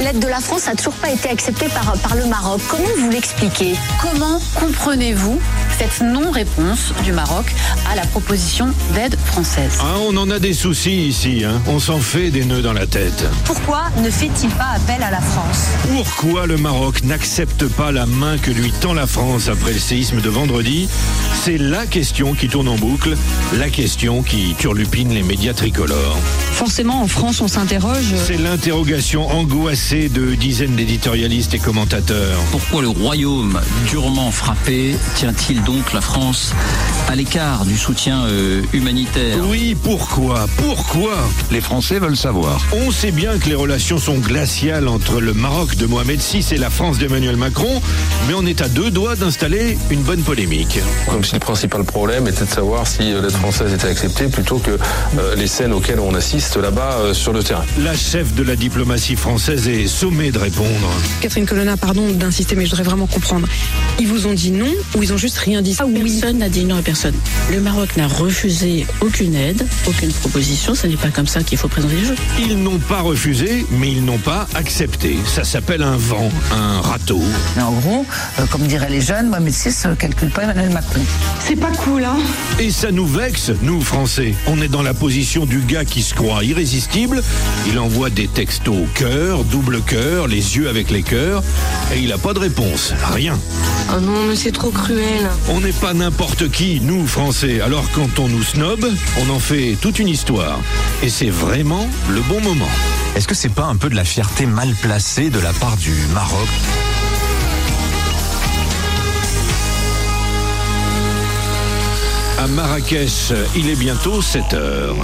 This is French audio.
l'aide de la France n'a toujours pas été acceptée par, par le Maroc. Comment vous l'expliquez Comment comprenez-vous cette non-réponse du Maroc à la proposition d'aide française Ah, on en a des soucis ici, hein. on s'en fait des nœuds dans la tête. Pourquoi ne fait-il pas appel à la France Pourquoi le Maroc n'accepte pas la main que lui tend la France après le séisme de vendredi C'est la question qui tourne en boucle, la question qui turlupine les médias tricolores. Forcément, en France, on s'interroge. euh, C'est l'interrogation angoissée de dizaines d'éditorialistes et commentateurs. Pourquoi le royaume durement frappé tient-il donc la France à l'écart du soutien euh, humanitaire Oui, pourquoi Pourquoi Les Français veulent savoir. On sait bien que les relations sont glaciales entre le Maroc de Mohamed VI et la France d'Emmanuel Macron, mais on est à deux doigts d'installer une bonne polémique. Comme si le principal problème était de savoir si l'aide française était acceptée plutôt que euh, les scènes auxquelles on assiste là-bas euh, sur le terrain. La chef de la diplomatie française est sommée de répondre. Catherine Colonna, pardon d'insister, mais je voudrais vraiment comprendre. Ils vous ont dit non ou ils ont juste rien dit ah, oui. Personne n'a dit non à personne. Le Maroc n'a refusé aucune aide, aucune proposition. Ce n'est pas comme ça qu'il faut présenter les jeux. Ils n'ont pas refusé, mais ils n'ont pas accepté. Ça s'appelle un vent, un râteau. Mais en gros, euh, comme diraient les jeunes, Mohamed VI ne calcule pas Emmanuel Macron. C'est pas cool, hein Et ça nous vexe, nous, Français. On est dans la position du gars qui se croit irrésistible. Il envoie des textos au cœur, double cœur, les yeux avec les cœurs, et il n'a pas de réponse. Rien. Ah oh non, mais c'est trop cruel. On n'est pas n'importe qui, nous, Français. Alors quand on nous snob, on en fait toute une histoire. Et c'est vraiment le bon moment. Est-ce que c'est pas un peu de la fierté mal placée de la part du Maroc À Marrakech, il est bientôt 7 heures.